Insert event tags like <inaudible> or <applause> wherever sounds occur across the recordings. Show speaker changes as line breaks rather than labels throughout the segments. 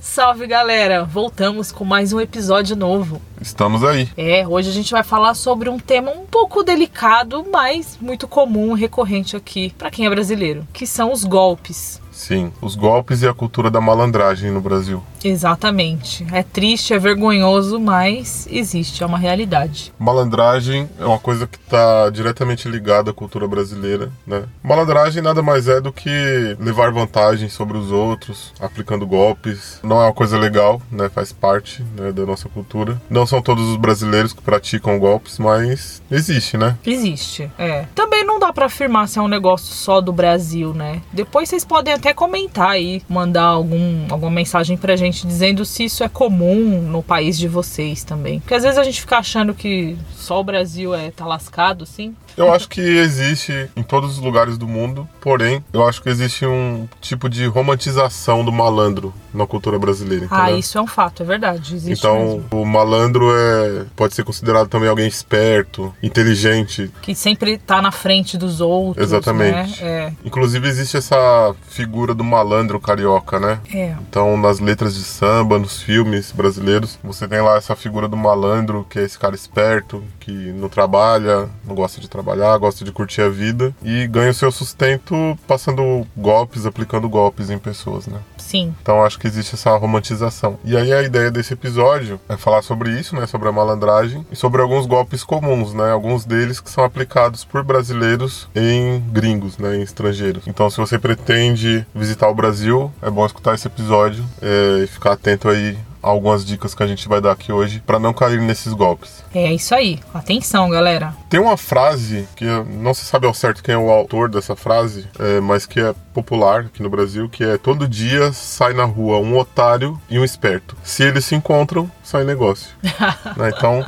Salve galera! Voltamos com mais um episódio novo.
Estamos aí.
É, hoje a gente vai falar sobre um tema um pouco delicado, mas muito comum, recorrente aqui para quem é brasileiro, que são os golpes.
Sim, os golpes e a cultura da malandragem no Brasil.
Exatamente. É triste, é vergonhoso, mas existe, é uma realidade.
Malandragem é uma coisa que está diretamente ligada à cultura brasileira, né? Malandragem nada mais é do que levar vantagem sobre os outros, aplicando golpes. Não é uma coisa legal, né? Faz parte né, da nossa cultura. Não são todos os brasileiros que praticam golpes, mas existe, né?
Existe, é. Também não dá para afirmar se é um negócio só do Brasil, né? Depois vocês podem até comentar aí, mandar algum, alguma mensagem pra gente dizendo se isso é comum no país de vocês também. Porque às vezes a gente fica achando que só o Brasil é tá lascado, assim.
Eu acho que existe em todos os lugares do mundo, porém, eu acho que existe um tipo de romantização do malandro na cultura brasileira,
Ah,
entendeu?
isso é um fato, é verdade, existe
né? Então,
mesmo.
o malandro é pode ser considerado também alguém esperto, inteligente.
Que sempre tá na frente dos outros,
Exatamente.
né?
Inclusive existe essa figura do malandro carioca, né?
É, é.
Então, nas letras de samba, nos filmes brasileiros, você tem lá essa figura do malandro, que é esse cara esperto, que não trabalha, não gosta de trabalhar, gosta de curtir a vida e ganha o seu sustento passando golpes, aplicando golpes em pessoas, né?
Sim,
Então acho que existe essa romantização. E aí a ideia desse episódio é falar sobre isso, né, sobre a malandragem e sobre alguns golpes comuns, né, alguns deles que são aplicados por brasileiros em gringos, né, em estrangeiros. Então se você pretende visitar o Brasil, é bom escutar esse episódio é, e ficar atento aí a algumas dicas que a gente vai dar aqui hoje para não cair nesses golpes.
é isso aí. Atenção, galera.
Tem uma frase que não se sabe ao certo quem é o autor dessa frase, é, mas que é popular aqui no Brasil, que é todo dia sai na rua um otário e um esperto. Se eles se encontram, sai negócio. né? Então,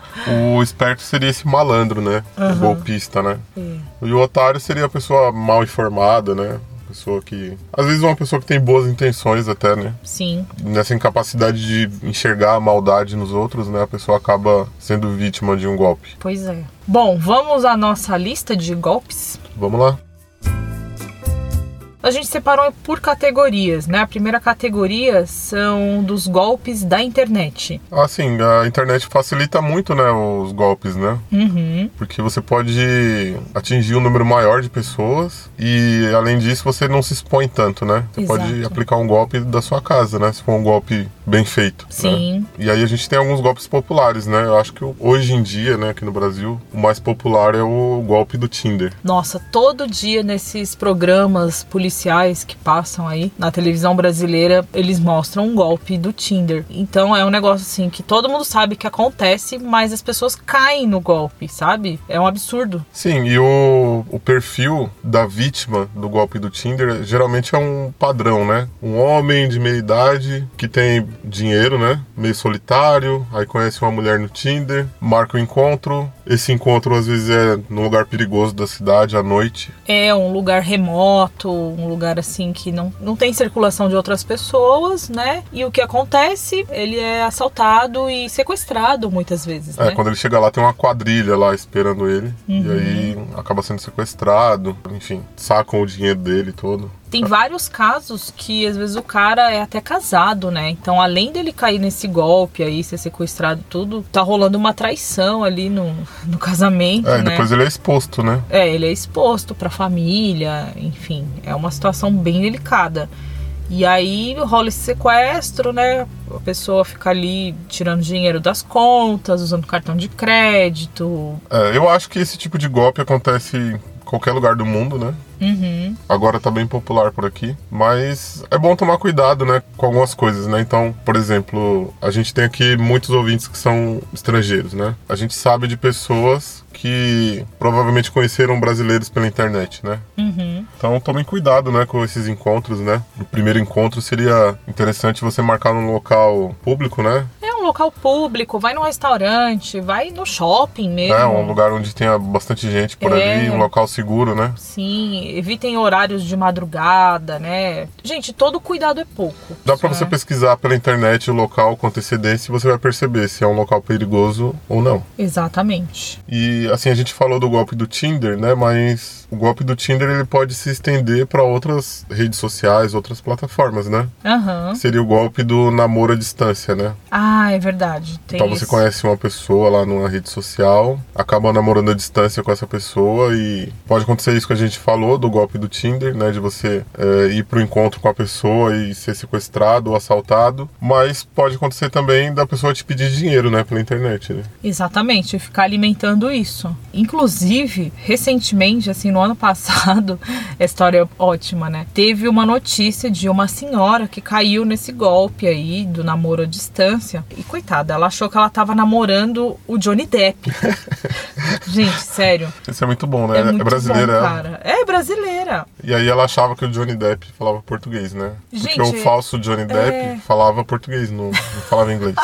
o esperto seria esse malandro, né? O golpista, né?
É,
E o otário seria a pessoa mal informada, né? Pessoa que. Às vezes uma pessoa que tem boas intenções até, né?
Sim,
Nessa incapacidade de enxergar a maldade nos outros, né? A pessoa acaba sendo vítima de um golpe.
pois é. Bom, vamos à nossa lista de golpes.
Vamos lá?
A gente separou por categorias, né? A primeira categoria são dos golpes da internet.
Assim, a internet facilita muito, né, os golpes, né?
Uhum.
Porque você pode atingir um número maior de pessoas e, além disso, você não se expõe tanto, né? Você
Exato.
pode aplicar um golpe da sua casa, né? Se for um golpe bem feito. né?
Sim.
E aí a gente tem alguns golpes populares, né? Eu acho que hoje em dia, né, aqui no Brasil, o mais popular é o golpe do Tinder.
Nossa, todo dia nesses programas policiais que passam aí na televisão brasileira, eles mostram um golpe do Tinder. Então é um negócio assim que todo mundo sabe que acontece, mas as pessoas caem no golpe, sabe? É um absurdo.
Sim, e o, o perfil da vítima do golpe do Tinder geralmente é um padrão, né? Um homem de meia idade que tem dinheiro, né? Meio solitário, aí conhece uma mulher no Tinder, marca o encontro. Esse encontro às vezes é num lugar perigoso da cidade, à noite.
É um lugar remoto, um lugar assim que não, não tem circulação de outras pessoas, né? E o que acontece? Ele é assaltado e sequestrado muitas vezes,
É,
né?
quando ele chega lá tem uma quadrilha lá esperando ele. E aí acaba sendo sequestrado, enfim, sacam o dinheiro dele todo.
Tem vários casos que às vezes o cara é até casado, né? Então, além dele cair nesse golpe aí, ser sequestrado, e tudo, tá rolando uma traição ali no, no casamento,
É, e
né?
depois ele é exposto, né?
É, ele é exposto pra família, enfim, é uma situação bem delicada. E aí rola esse sequestro, né? A pessoa fica ali tirando dinheiro das contas, usando cartão de crédito.
É, eu acho que esse tipo de golpe acontece em qualquer lugar do mundo, né?
Uhum.
Agora tá bem popular por aqui, mas é bom tomar cuidado, né, com algumas coisas, né? Então, por exemplo, a gente tem aqui muitos ouvintes que são estrangeiros, né? A gente sabe de pessoas que provavelmente conheceram brasileiros pela internet, né?
Uhum.
Então, tomem cuidado, né, com esses encontros, né? O primeiro encontro seria interessante você marcar num local público, né?
É um local público, vai num restaurante, vai no shopping mesmo.
É, um lugar onde tenha bastante gente por
É.
ali, um local seguro, né?
Sim, evitem horários de madrugada, né? Gente, todo cuidado é pouco.
Dá pra
né?
você pesquisar pela internet o local com antecedência e você vai perceber se é um local perigoso ou não.
Exatamente.
E assim, a gente falou do golpe do Tinder, né? Mas o golpe do Tinder ele pode se estender para outras redes sociais, outras plataformas, né?
Aham.
Seria o golpe do namoro à distância, né?
Ah, é verdade. Tem
Então você
esse.
conhece uma pessoa lá numa rede social, acaba namorando à distância com essa pessoa e pode acontecer isso que a gente falou do golpe do Tinder, né? De você é, ir pro encontro com a pessoa e ser sequestrado ou assaltado, mas pode acontecer também da pessoa te pedir dinheiro, né? Pela internet, né?
Exatamente, ficar alimentando isso. Inclusive, recentemente, assim, no ano passado, <laughs> a história é ótima, né? Teve uma notícia de uma senhora que caiu nesse golpe aí do namoro à distância. E coitada, ela achou que ela tava namorando o Johnny Depp. Gente, sério.
Isso é muito bom, né?
É, muito
brasileira.
bom,
ela.
cara. É brasileira.
E aí ela achava que o Johnny Depp falava português, né?
Gente,
Porque o falso Johnny Depp
é.
falava português, não, não falava inglês.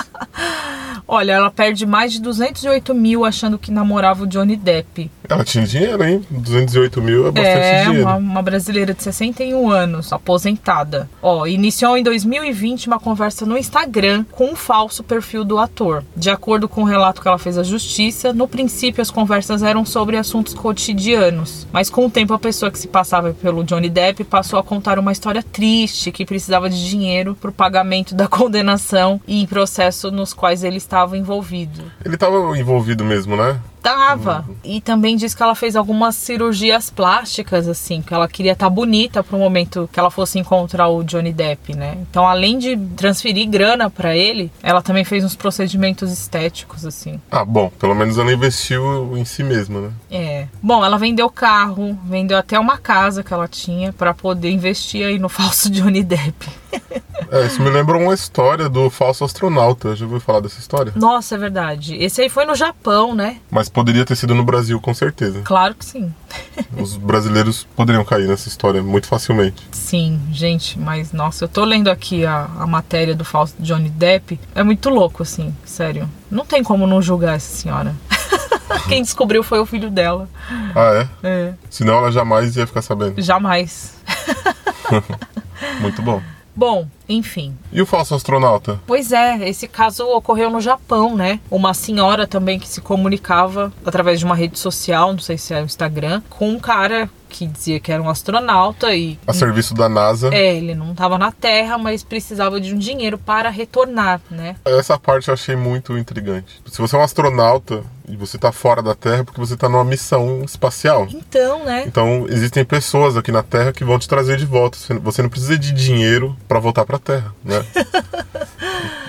Olha, ela perde mais de 208 mil achando que namorava o Johnny Depp.
ela tinha dinheiro, hein? 208 mil é bastante
É,
dinheiro.
uma, uma brasileira de 61 anos, aposentada. Ó, iniciou em 2020 uma conversa no Instagram com um falso perfil do ator. De acordo com o relato que ela fez à justiça, no princípio as conversas eram sobre assuntos cotidianos. Mas com o tempo a pessoa que se passava pelo Johnny Depp passou a contar uma história triste que precisava de dinheiro pro pagamento da <laughs> condenação e processo nos quais ele estava envolvido.
Ele tava envolvido mesmo, né?
Tava. E também diz que ela fez algumas cirurgias plásticas, assim, que ela queria estar bonita pro momento que ela fosse encontrar o Johnny Depp, né? Então, além de transferir grana pra ele, ela também fez uns procedimentos estéticos, assim.
Ah, bom, pelo menos ela investiu em si mesma, né?
É. Bom, ela vendeu carro, vendeu até uma casa que ela tinha pra poder investir aí no <laughs> falso Johnny Depp.
É, isso me lembra uma história do falso astronauta. Já ouviu falar dessa história?
Nossa, é verdade. Esse aí foi no Japão, né?
Mas poderia ter sido no Brasil, com certeza.
Claro que sim.
Os brasileiros poderiam cair nessa história muito facilmente.
Sim, gente, mas nossa, eu tô lendo aqui a, a matéria do falso Johnny Depp. É muito louco, assim, sério. Não tem como não julgar essa senhora. <laughs> Quem descobriu foi o filho dela.
Ah, é?
É,
Senão ela jamais ia ficar sabendo.
jamais.
Muito bom.
Bom, enfim.
E o falso astronauta?
Pois é, esse caso ocorreu no Japão, né? Uma senhora também que se comunicava através de uma rede social, não sei se é o Instagram, com um cara que dizia que era um astronauta e
A serviço da NASA.
é, ele não tava na Terra, mas precisava de um dinheiro para retornar, né?
Essa parte eu achei muito intrigante. Se você é um astronauta e você tá fora da Terra, é porque você tá numa missão espacial.
Então, né?
Então, existem pessoas aqui na Terra que vão te trazer de volta. Você- Você não precisa de dinheiro pra voltar pra Terra, né?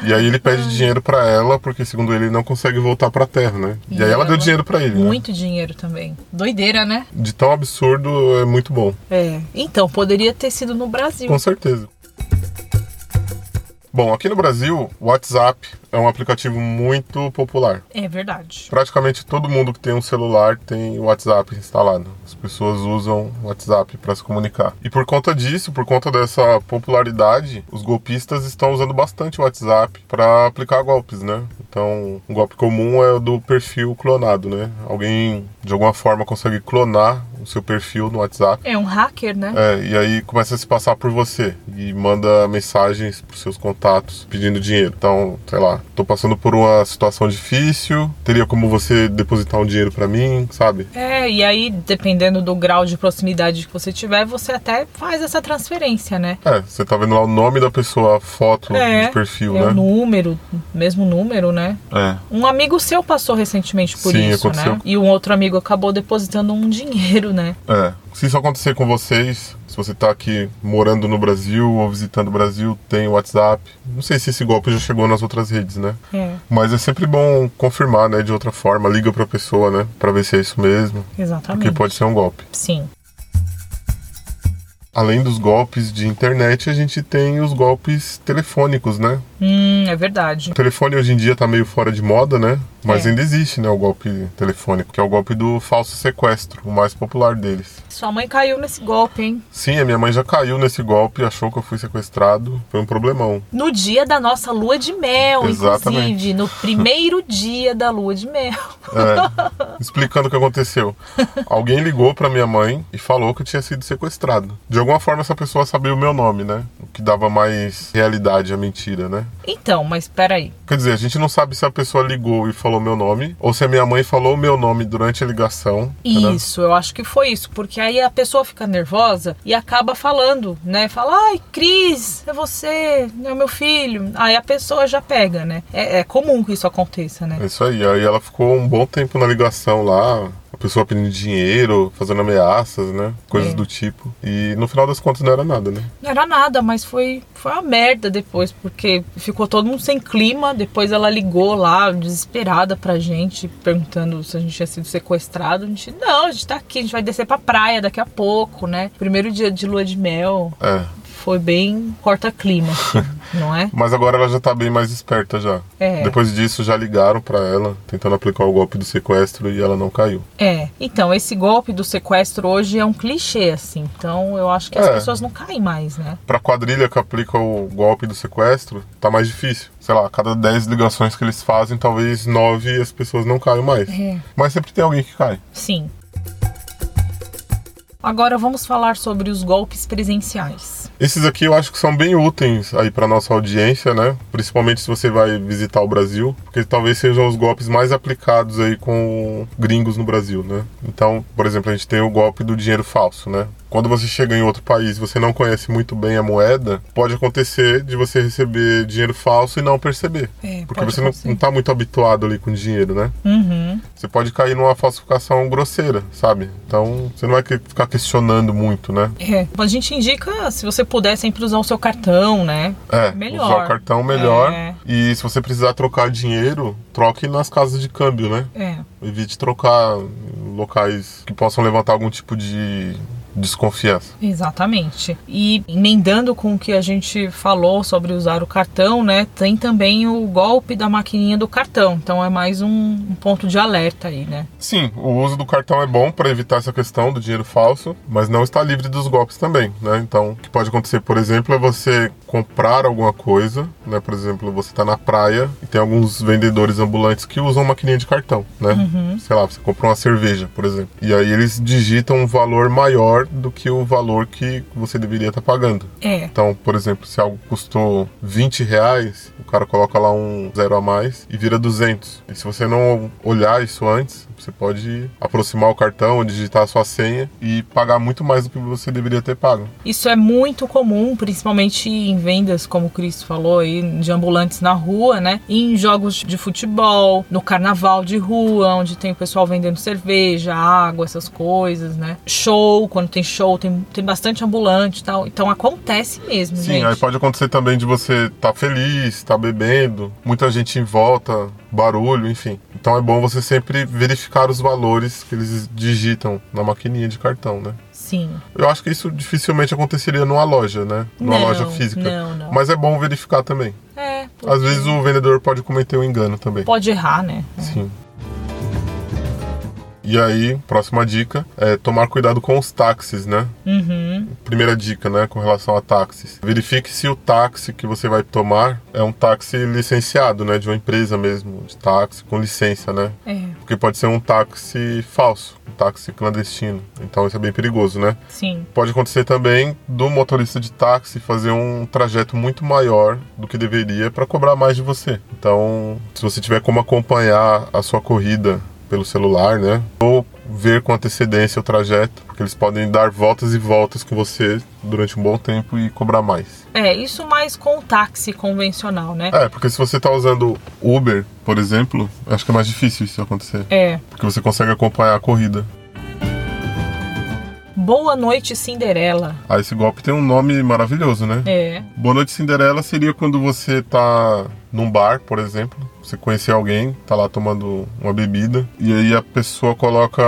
e aí ele pede dinheiro pra ela, porque segundo ele, ele não consegue voltar pra Terra, né? E, aí ela deu dinheiro pra ele, né?
Muito dinheiro também. Doideira, né?
De tão absurdo, é muito bom.
É. Então, poderia ter sido no Brasil.
Com certeza. Bom, aqui no Brasil, o WhatsApp é um aplicativo muito popular.
É verdade.
Praticamente todo mundo que tem um celular tem o WhatsApp instalado. As pessoas usam o WhatsApp para se comunicar. E por conta disso, por conta dessa popularidade, os golpistas estão usando bastante o WhatsApp para aplicar golpes, né? Então, um golpe comum é o do perfil clonado, né? Alguém de alguma forma consegue clonar o seu perfil no WhatsApp.
É um hacker, né?
É, e aí começa a se passar por você e manda mensagens pros seus contatos pedindo dinheiro. Então, sei lá, tô passando por uma situação difícil, teria como você depositar um dinheiro pra mim, sabe?
É, e aí, dependendo do grau de proximidade que você tiver, você até faz essa transferência, né?
É, você tá vendo lá o nome da pessoa, a foto
É,
de perfil,
é o
né?
número, mesmo número, né?
É.
Um amigo seu passou recentemente por
Sim,
isso, né?
aconteceu.
E um outro amigo acabou depositando um dinheiro, né?
É. Se isso acontecer com vocês, se você tá aqui morando no Brasil ou visitando o Brasil, tem WhatsApp. Não sei se esse golpe já chegou nas outras redes, né?
É,
Mas é sempre bom confirmar, né, de outra forma, liga pra pessoa, né, Pra ver se é isso mesmo, porque
exatamente.
pode ser um golpe.
Sim.
Além dos golpes de internet, a gente tem os golpes telefônicos, né?
Hum, é verdade.
O telefone hoje em dia tá meio fora de moda, né? Mas
É.
ainda existe, né, o golpe telefônico, que é o golpe do falso sequestro, o mais popular deles.
Sua mãe caiu nesse golpe, hein?
Sim, a minha mãe já caiu nesse golpe, achou que eu fui sequestrado, foi um problemão.
No dia da nossa lua de mel,
Exatamente.
inclusive. No primeiro dia da lua de mel.
É, explicando o que aconteceu. Alguém ligou pra minha mãe e falou que eu tinha sido sequestrado. De alguma forma essa pessoa sabia o meu nome, né? O que dava mais realidade à mentira, né?
Então, mas peraí.
Quer dizer, a gente não sabe se a pessoa ligou e falou meu nome ou se a minha mãe falou o meu nome durante a ligação. né?
Isso, eu acho que foi isso, porque aí a pessoa fica nervosa e acaba falando, né? Fala, ai, Cris, é você, é o meu filho. Aí a pessoa já pega, né? É, é comum que isso aconteça, né?
É Isso aí, aí ela ficou um bom tempo na ligação lá, a pessoa pedindo dinheiro, fazendo ameaças, né? Coisas
É.
do tipo. E no final das contas não era nada, né?
Não era nada, mas foi, foi uma merda depois, porque ficou todo mundo sem clima. Depois ela ligou lá, desesperada pra gente, perguntando se a gente tinha sido sequestrado. A gente, não, a gente tá aqui, a gente vai descer pra praia daqui a pouco, né? Primeiro dia de lua de mel.
É.
Foi bem corta-clima, assim, não é?
Mas agora ela já tá bem mais esperta já.
É.
Depois disso já ligaram pra ela, tentando aplicar o golpe do sequestro e ela não caiu.
É. Então, esse golpe do sequestro hoje é um clichê, assim. Então, eu acho que as
É.
pessoas não caem mais, né?
Pra quadrilha que aplica o golpe do sequestro, tá mais difícil. Sei lá, a cada 10 ligações que eles fazem, talvez 9 as pessoas não caiam mais.
É.
Mas sempre tem alguém que cai.
Sim. Agora vamos falar sobre os golpes presenciais.
Esses aqui eu acho que são bem úteis aí para nossa audiência, né? Principalmente se você vai visitar o Brasil, porque talvez sejam os golpes mais aplicados aí com gringos no Brasil, né? Então, por exemplo, a gente tem o golpe do dinheiro falso, né? Quando você chega em outro país, e você não conhece muito bem a moeda, pode acontecer de você receber dinheiro falso e não perceber,
É,
porque
pode
você não,
acontecer.
não tá muito habituado ali com dinheiro, né?
Uhum.
Você pode cair numa falsificação grosseira, sabe? Então, você não vai que- ficar questionando muito, né?
É. A gente indica, se você puder, sempre usar o seu cartão, né?
É,
Melhor.
usar o cartão melhor.
É.
E se você precisar trocar dinheiro, troque nas casas de câmbio, né?
É.
Evite trocar em locais que possam levantar algum tipo de desconfiança.
Exatamente. E emendando com o que a gente falou sobre usar o cartão, né? Tem também o golpe da maquininha do cartão. Então é mais um, um ponto de alerta aí, né?
Sim, o uso do cartão é bom para evitar essa questão do dinheiro falso, mas não está livre dos golpes também, né? Então, o que pode acontecer, por exemplo, é você comprar alguma coisa, né? Por exemplo, você está na praia e tem alguns vendedores ambulantes que usam maquininha de cartão, né? Sei lá, você comprou uma cerveja, por exemplo. E aí eles digitam um valor maior do que o valor que você deveria estar pagando.
É.
Então, por exemplo, se algo custou 20 reais, o cara coloca lá um zero a mais e vira 200. E se você não olhar isso antes, você pode aproximar o cartão, digitar a sua senha e pagar muito mais do que você deveria ter pago.
Isso é muito comum, principalmente em vendas, como o Cris falou aí, de ambulantes na rua, né? Em jogos de futebol, no carnaval de rua, onde tem o pessoal vendendo cerveja, água, essas coisas, né? Show, quando tem show, tem, tem bastante ambulante e tal. Então acontece mesmo,
Sim,
gente.
aí pode acontecer também de você estar feliz, estar bebendo, muita gente em volta, barulho, enfim. Então é bom você sempre verificar os valores que eles digitam na maquininha de cartão, né?
Sim.
Eu acho que isso dificilmente aconteceria numa loja, né? Numa
Não,
loja física.
não, não.
Mas é bom verificar também.
É,
Às vezes o vendedor pode cometer um engano também.
pode errar, né?
Sim. E aí, próxima dica é tomar cuidado com os táxis, né?
Uhum.
Primeira dica, né, com relação a táxis. Verifique se o táxi que você vai tomar é um táxi licenciado, né, de uma empresa mesmo, de táxi com licença, né?
É,
Porque pode ser um táxi falso, um táxi clandestino. Então isso é bem perigoso, né?
sim.
Pode acontecer também do motorista de táxi fazer um trajeto muito maior do que deveria para cobrar mais de você. Então, se você tiver como acompanhar a sua corrida pelo celular, né? Ou ver com antecedência o trajeto, porque eles podem dar voltas e voltas com você durante um bom tempo e cobrar mais.
É, isso mais com o táxi convencional, né?
É, porque se você tá usando Uber, por exemplo, acho que é mais difícil isso acontecer,
É.
porque você consegue acompanhar a corrida.
Boa noite, Cinderela.
Ah, esse golpe tem um nome maravilhoso, né?
É.
Boa Noite Cinderela seria quando você tá num bar, por exemplo. Você conhecer alguém, tá lá tomando uma bebida, e aí a pessoa coloca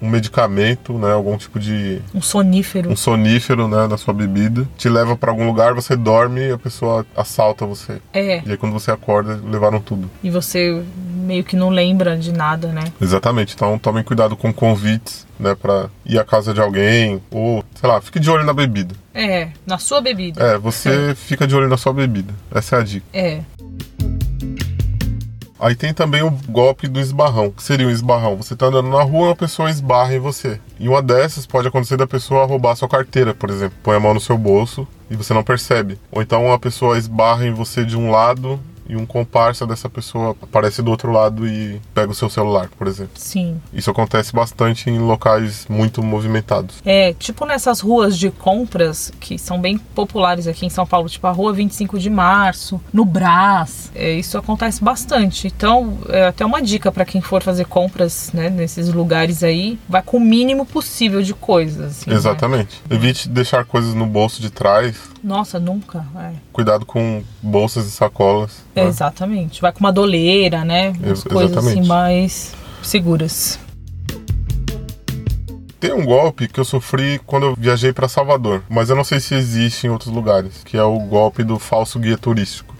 um medicamento, né? Algum tipo de.
Um sonífero.
um sonífero, né? Na sua bebida. Te leva pra algum lugar, você dorme e a pessoa assalta você.
É.
E aí quando você acorda, levaram tudo.
E você meio que não lembra de nada, né?
Exatamente. Então tomem cuidado com convites, né? Pra ir à casa de alguém, ou, sei lá, fique de olho na bebida.
É, na sua bebida.
É, você fica de olho na sua bebida. Essa é a dica.
É.
Aí tem também o golpe do esbarrão. O que seria um esbarrão? Você tá andando na rua e uma pessoa esbarra em você. E uma dessas pode acontecer da pessoa roubar sua carteira, por exemplo. Põe a mão no seu bolso e você não percebe. Ou então uma pessoa esbarra em você de um lado e um comparsa dessa pessoa aparece do outro lado e pega o seu celular, por exemplo.
Sim.
Isso acontece bastante em locais muito movimentados.
É, tipo nessas ruas de compras que são bem populares aqui em São Paulo, tipo a rua 25 de março, no Brás, é, isso acontece bastante. Então, é até uma dica para quem for fazer compras, né, nesses lugares aí, vai com o mínimo possível de coisas. assim, né?
Exatamente. Evite deixar coisas no bolso de trás.
Nossa, nunca. é.
Cuidado com bolsas e sacolas.
É,
né?
Exatamente. Vai com uma doleira, né? Umas
Ex-
coisas assim
exatamente.
mais seguras.
Tem um golpe que eu sofri quando eu viajei para Salvador, mas eu não sei se existe em outros lugares, que é o golpe do falso guia turístico.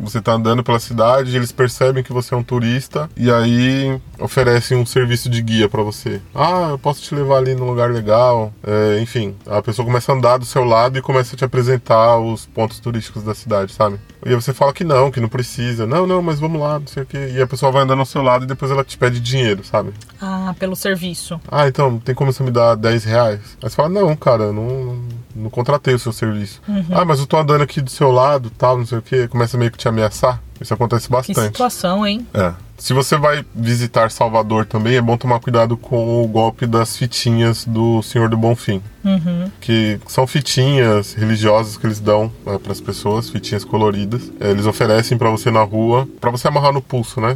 Você tá andando pela cidade, eles percebem que você é um turista e aí oferecem um serviço de guia para você. Ah, eu posso te levar ali num lugar legal. É, enfim, a pessoa começa a andar do seu lado e começa a te apresentar os pontos turísticos da cidade, sabe? E aí você fala que não, que não precisa. Não, não, mas vamos lá, não sei o quê. E a pessoa vai andando ao seu lado e depois ela te pede dinheiro, sabe?
Ah, pelo serviço.
Ah, então, tem como você me dar 10 reais? Aí você fala, não, cara, eu não, não contratei o seu serviço. Ah, mas eu tô andando aqui do seu lado, tal, não sei o quê. Começa meio que te ameaçar. Isso acontece
Que
bastante.
situação, hein?
É. Se você vai visitar Salvador também, é bom tomar cuidado com o golpe das fitinhas do Senhor do Bonfim. Que são fitinhas religiosas que eles dão para as pessoas, fitinhas coloridas. É, eles oferecem para você na rua, para você amarrar no pulso, né?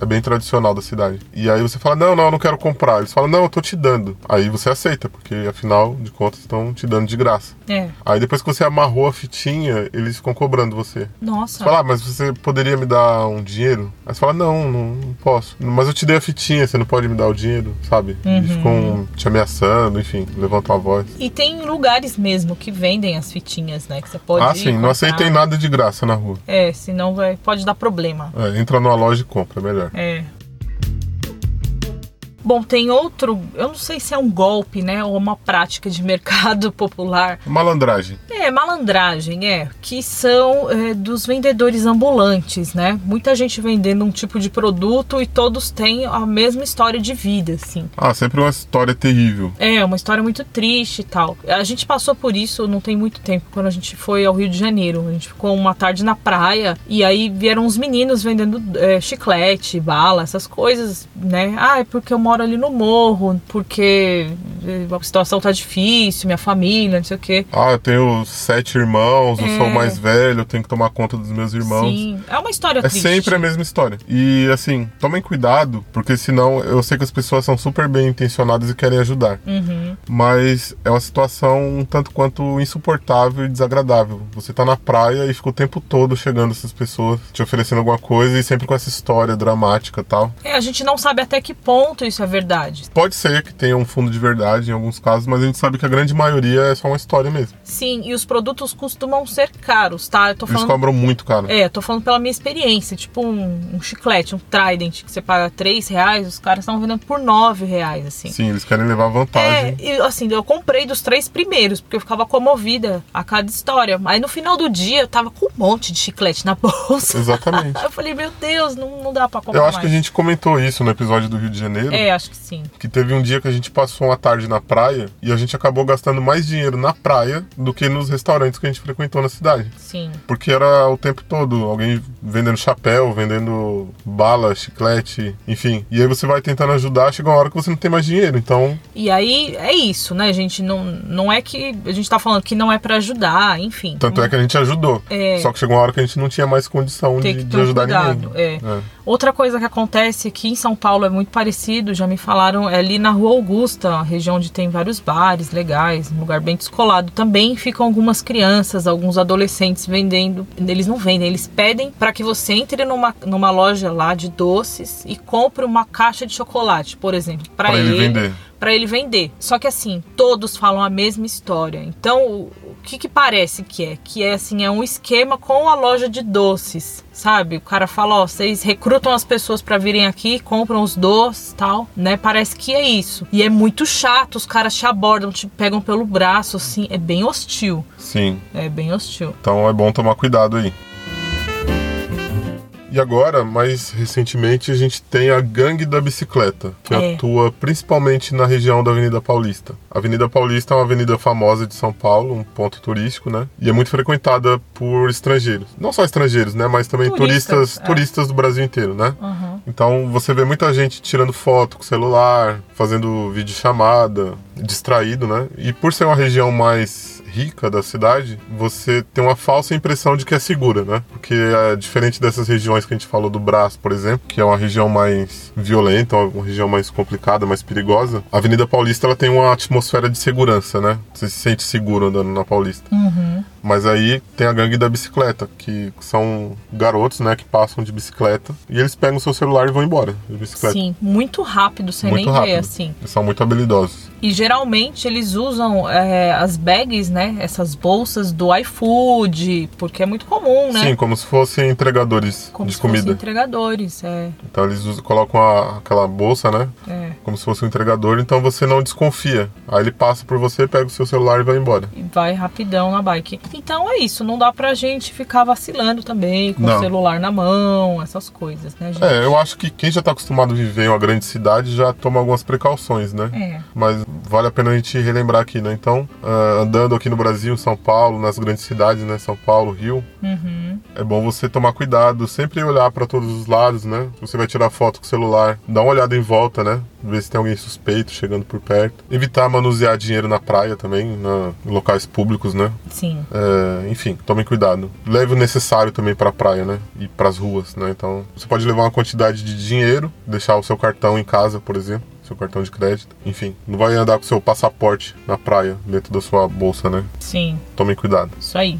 É bem tradicional da cidade. E aí você fala: Não, não, eu não quero comprar. Eles falam: Não, eu tô te dando. Aí você aceita, porque afinal de contas estão te dando de graça.
É.
Aí depois que você amarrou a fitinha, eles ficam cobrando você. Você
Nossa.
fala, ah, mas você poderia me dar um dinheiro? Aí você fala, não, não, não posso. Mas eu te dei a fitinha, você não pode me dar o dinheiro, sabe?
Uhum.
E ficam te ameaçando, enfim, levantam a voz.
E tem lugares mesmo que vendem as fitinhas, né? Que você pode.
ah,
ir
sim, não
comprar.
aceitem nada de graça na rua.
É, senão vai, pode dar problema.
É, entra numa loja e compra, é melhor.
É. Bom, tem outro, eu não sei se é um golpe, né? Ou uma prática de <laughs> mercado popular.
Malandragem.
É, malandragem, é. Que são é, dos vendedores ambulantes, né? Muita gente vendendo um tipo de produto e todos têm a mesma história de vida, assim.
Ah, sempre uma história terrível.
É, uma história muito triste e tal. A gente passou por isso não tem muito tempo, quando a gente foi ao Rio de Janeiro. A gente ficou uma tarde na praia e aí vieram uns meninos vendendo é, chiclete, bala, essas coisas, né? Ah, é porque eu moro ali no morro, porque é, a situação tá difícil, minha família, não sei o quê.
Ah, eu tenho sete irmãos, eu sou o mais velho, eu tenho que tomar conta dos meus irmãos.
Hum. Sim, é uma história
É
triste.
sempre a mesma história. E assim, tomem cuidado, porque senão eu sei que as pessoas são super bem intencionadas e querem ajudar.
Uhum.
Mas é uma situação um tanto quanto insuportável e desagradável. Você tá na praia e fica o tempo todo chegando essas pessoas, te oferecendo alguma coisa e sempre com essa história dramática e tal.
É, a gente não sabe até que ponto isso é verdade.
Pode ser que tenha um fundo de verdade em alguns casos, mas a gente sabe que a grande maioria é só uma história mesmo.
Sim, e os produtos costumam ser caros, tá? Eu tô
Eles
falando
cobram muito, cara.
É, eu tô falando pela minha experiência. Tipo um, um chiclete, um Trident, que você paga 3 reais, os caras estão vendendo por 9 reais, assim.
Sim, eles querem levar
É,
vantagem.
e, assim, eu comprei dos três primeiros, porque eu ficava comovida a cada história. Aí no final do dia eu tava com um monte de chiclete na <laughs> bolsa. <laughs>
Exatamente.
Aí eu falei, meu Deus, não, não dá pra comprar
Eu acho que a
É. mais.
gente comentou isso no episódio do Rio de Janeiro.
É, acho que sim.
que teve um dia que a gente passou uma tarde na praia e a gente acabou gastando mais dinheiro na praia do que nos restaurantes que a gente frequentou na cidade.
Sim.
Porque era o tempo todo alguém vendendo chapéu, vendendo bala, chiclete, enfim. E aí você vai tentando ajudar, chega uma hora que você não tem mais dinheiro. Então,
E aí é isso, né, gente? Não, não é que. A gente tá falando que não é pra ajudar, enfim.
tanto é que a gente ajudou.
É.
Só que chegou uma hora que a gente não tinha mais condição
Tem
de,
que
de
ter um
ajudar
cuidado.
ninguém.
É. Outra coisa que acontece que em São Paulo é muito parecido, já me falaram, é ali na Rua Augusta, região região onde tem vários bares legais, um lugar bem descolado. Também ficam algumas crianças, alguns adolescentes vendendo. Eles não vendem, eles pedem para que você entre numa, numa loja lá de doces e compre uma caixa de chocolate, por exemplo, para
Pra ele
ele.
vender.
Pra ele vender. Só que assim, todos falam a mesma história. Então, o o que que parece que é? Que é assim, é um esquema com a loja de doces, sabe? O cara fala, ó, vocês recrutam as pessoas pra virem aqui, compram os doces, tal, né? Parece que é isso. E é muito chato, os caras te abordam, te pegam pelo braço, assim, é bem hostil.
Sim.
É bem hostil.
Então é bom tomar cuidado aí. E agora, mais recentemente, a gente tem a Gangue da Bicicleta, que
É.
atua principalmente na região da Avenida Paulista. A Avenida Paulista é uma avenida famosa de São Paulo, um ponto turístico, né? E é muito frequentada por estrangeiros. Não só estrangeiros, né? Mas também
Turistas,
turistas, turistas,
é.
do Brasil inteiro, né?
Uhum.
Então você vê muita gente tirando foto com celular, fazendo videochamada, distraído, né? E por ser uma região mais rica da cidade, você tem uma falsa impressão de que é segura, né? Porque é diferente dessas regiões que a gente falou do Brás, por exemplo, que é uma região mais violenta, uma região mais complicada, mais perigosa. A Avenida Paulista ela tem uma atmosfera de segurança, né? Você se sente seguro andando na Paulista. Mas aí tem a gangue da bicicleta, que são garotos, né, que passam de bicicleta e eles pegam o seu celular e vão embora de bicicleta.
Sim, muito rápido, sem
Muito
nem ver,
rápido.
assim.
Eles são muito habilidosos.
E geralmente eles usam é, as bags, né? Essas bolsas do iFood, porque é muito comum, né?
Sim, como se fossem entregadores
Como
de
se fossem
comida.
entregadores, é,
Então eles usam- colocam a- aquela bolsa, né,
é.
como se fosse um entregador, então você não desconfia. Aí ele passa por você, pega o seu celular e vai embora.
E vai rapidão na bike. Então é isso, não dá pra gente ficar vacilando também, com o
Não.
celular na mão, essas coisas, né, gente?
É, eu acho que quem já tá acostumado a viver em uma grande cidade já toma algumas precauções, né?
É.
Mas vale a pena a gente relembrar aqui, né? Então, ah, andando aqui no Brasil, em São Paulo, nas grandes cidades, né? São Paulo, Rio,
Uhum.
É bom você tomar cuidado, sempre olhar para todos os lados, né? Se Você vai tirar foto com o celular, dá uma olhada em volta, né? Ver se tem alguém suspeito chegando por perto. Evitar manusear dinheiro na praia também, na, em locais públicos, né?
Sim.
É, enfim, tomem cuidado. Leve o necessário também para a praia, né? E para as ruas, né? Então, você pode levar uma quantidade de dinheiro, deixar o seu cartão em casa, por exemplo, seu cartão de crédito. Enfim, não vai andar com seu passaporte na praia, dentro da sua bolsa, né?
Sim,
Tomem cuidado.
isso aí.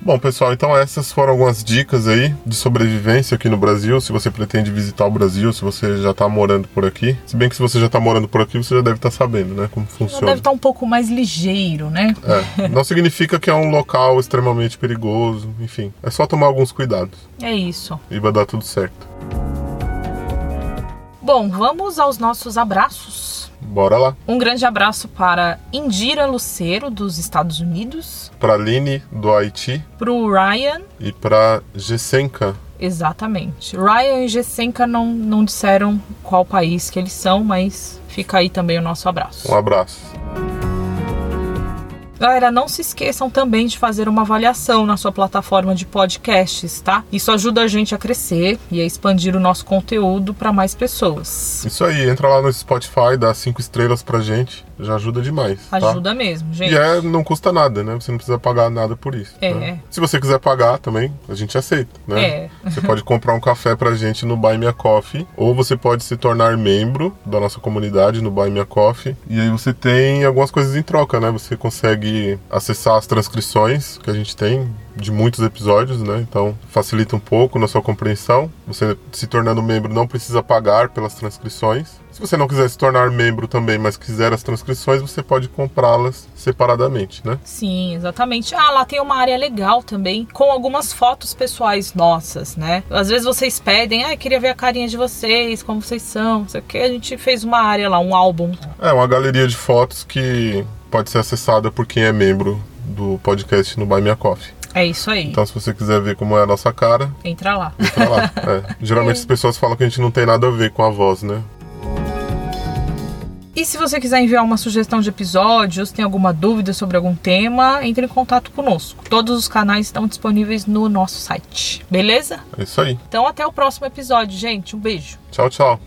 Bom, pessoal, então essas foram algumas dicas aí de sobrevivência aqui no Brasil, se você pretende visitar o Brasil, se você já tá morando por aqui. Se bem que se você já tá morando por aqui, você já deve estar sabendo, né, como
Ela
funciona.
deve estar um pouco mais ligeiro, né?
É, não significa que é um local extremamente perigoso, enfim. É só tomar alguns cuidados
É isso.
e vai dar tudo certo.
Bom, vamos aos nossos abraços.
Bora lá.
Um grande abraço para Indira Lucero, dos Estados Unidos,
Pra Aline, do Haiti,
para o Ryan,
e pra Gessenka.
exatamente. Ryan e Gessenka não, não disseram qual país que eles são, mas fica aí também o nosso abraço.
Um abraço.
Galera, não se esqueçam também de fazer uma avaliação na sua plataforma de podcasts, tá? Isso ajuda a gente a crescer e a expandir o nosso conteúdo para mais pessoas.
Isso aí, entra lá no Spotify, dá cinco estrelas pra gente, já ajuda demais. tá?
Ajuda mesmo, gente.
E é, não custa nada, né? Você não precisa pagar nada por isso.
É.
né? Se você quiser pagar também, a gente aceita, né?
É.
Você pode comprar um café pra gente no Buy Me a Coffee, ou você pode se tornar membro da nossa comunidade no Buy Me a Coffee. E aí você tem algumas coisas em troca, né? Você consegue acessar as transcrições que a gente tem de muitos episódios, né? Então facilita um pouco na sua compreensão. Você se tornando membro não precisa pagar pelas transcrições. Se você não quiser se tornar membro também, mas quiser as transcrições, você pode comprá-las separadamente, né?
Sim, exatamente. Ah, lá tem uma área legal também, com algumas fotos pessoais nossas, né? Às vezes vocês pedem, ah, queria ver a carinha de vocês, como vocês são, não sei o que. A gente fez uma área lá, um álbum.
É uma galeria de fotos que pode ser acessada por quem é membro do podcast no Buy Me a Coffee.
É isso aí.
Então, se você quiser ver como é a nossa cara,
Entra lá.
entra lá. É. Geralmente as pessoas falam que a gente não tem nada a ver com a voz, né?
E se você quiser enviar uma sugestão de episódios, tem alguma dúvida sobre algum tema, entre em contato conosco. Todos os canais estão disponíveis no nosso site. Beleza?
É isso aí.
Então até o próximo episódio, gente. Um beijo.
Tchau, tchau.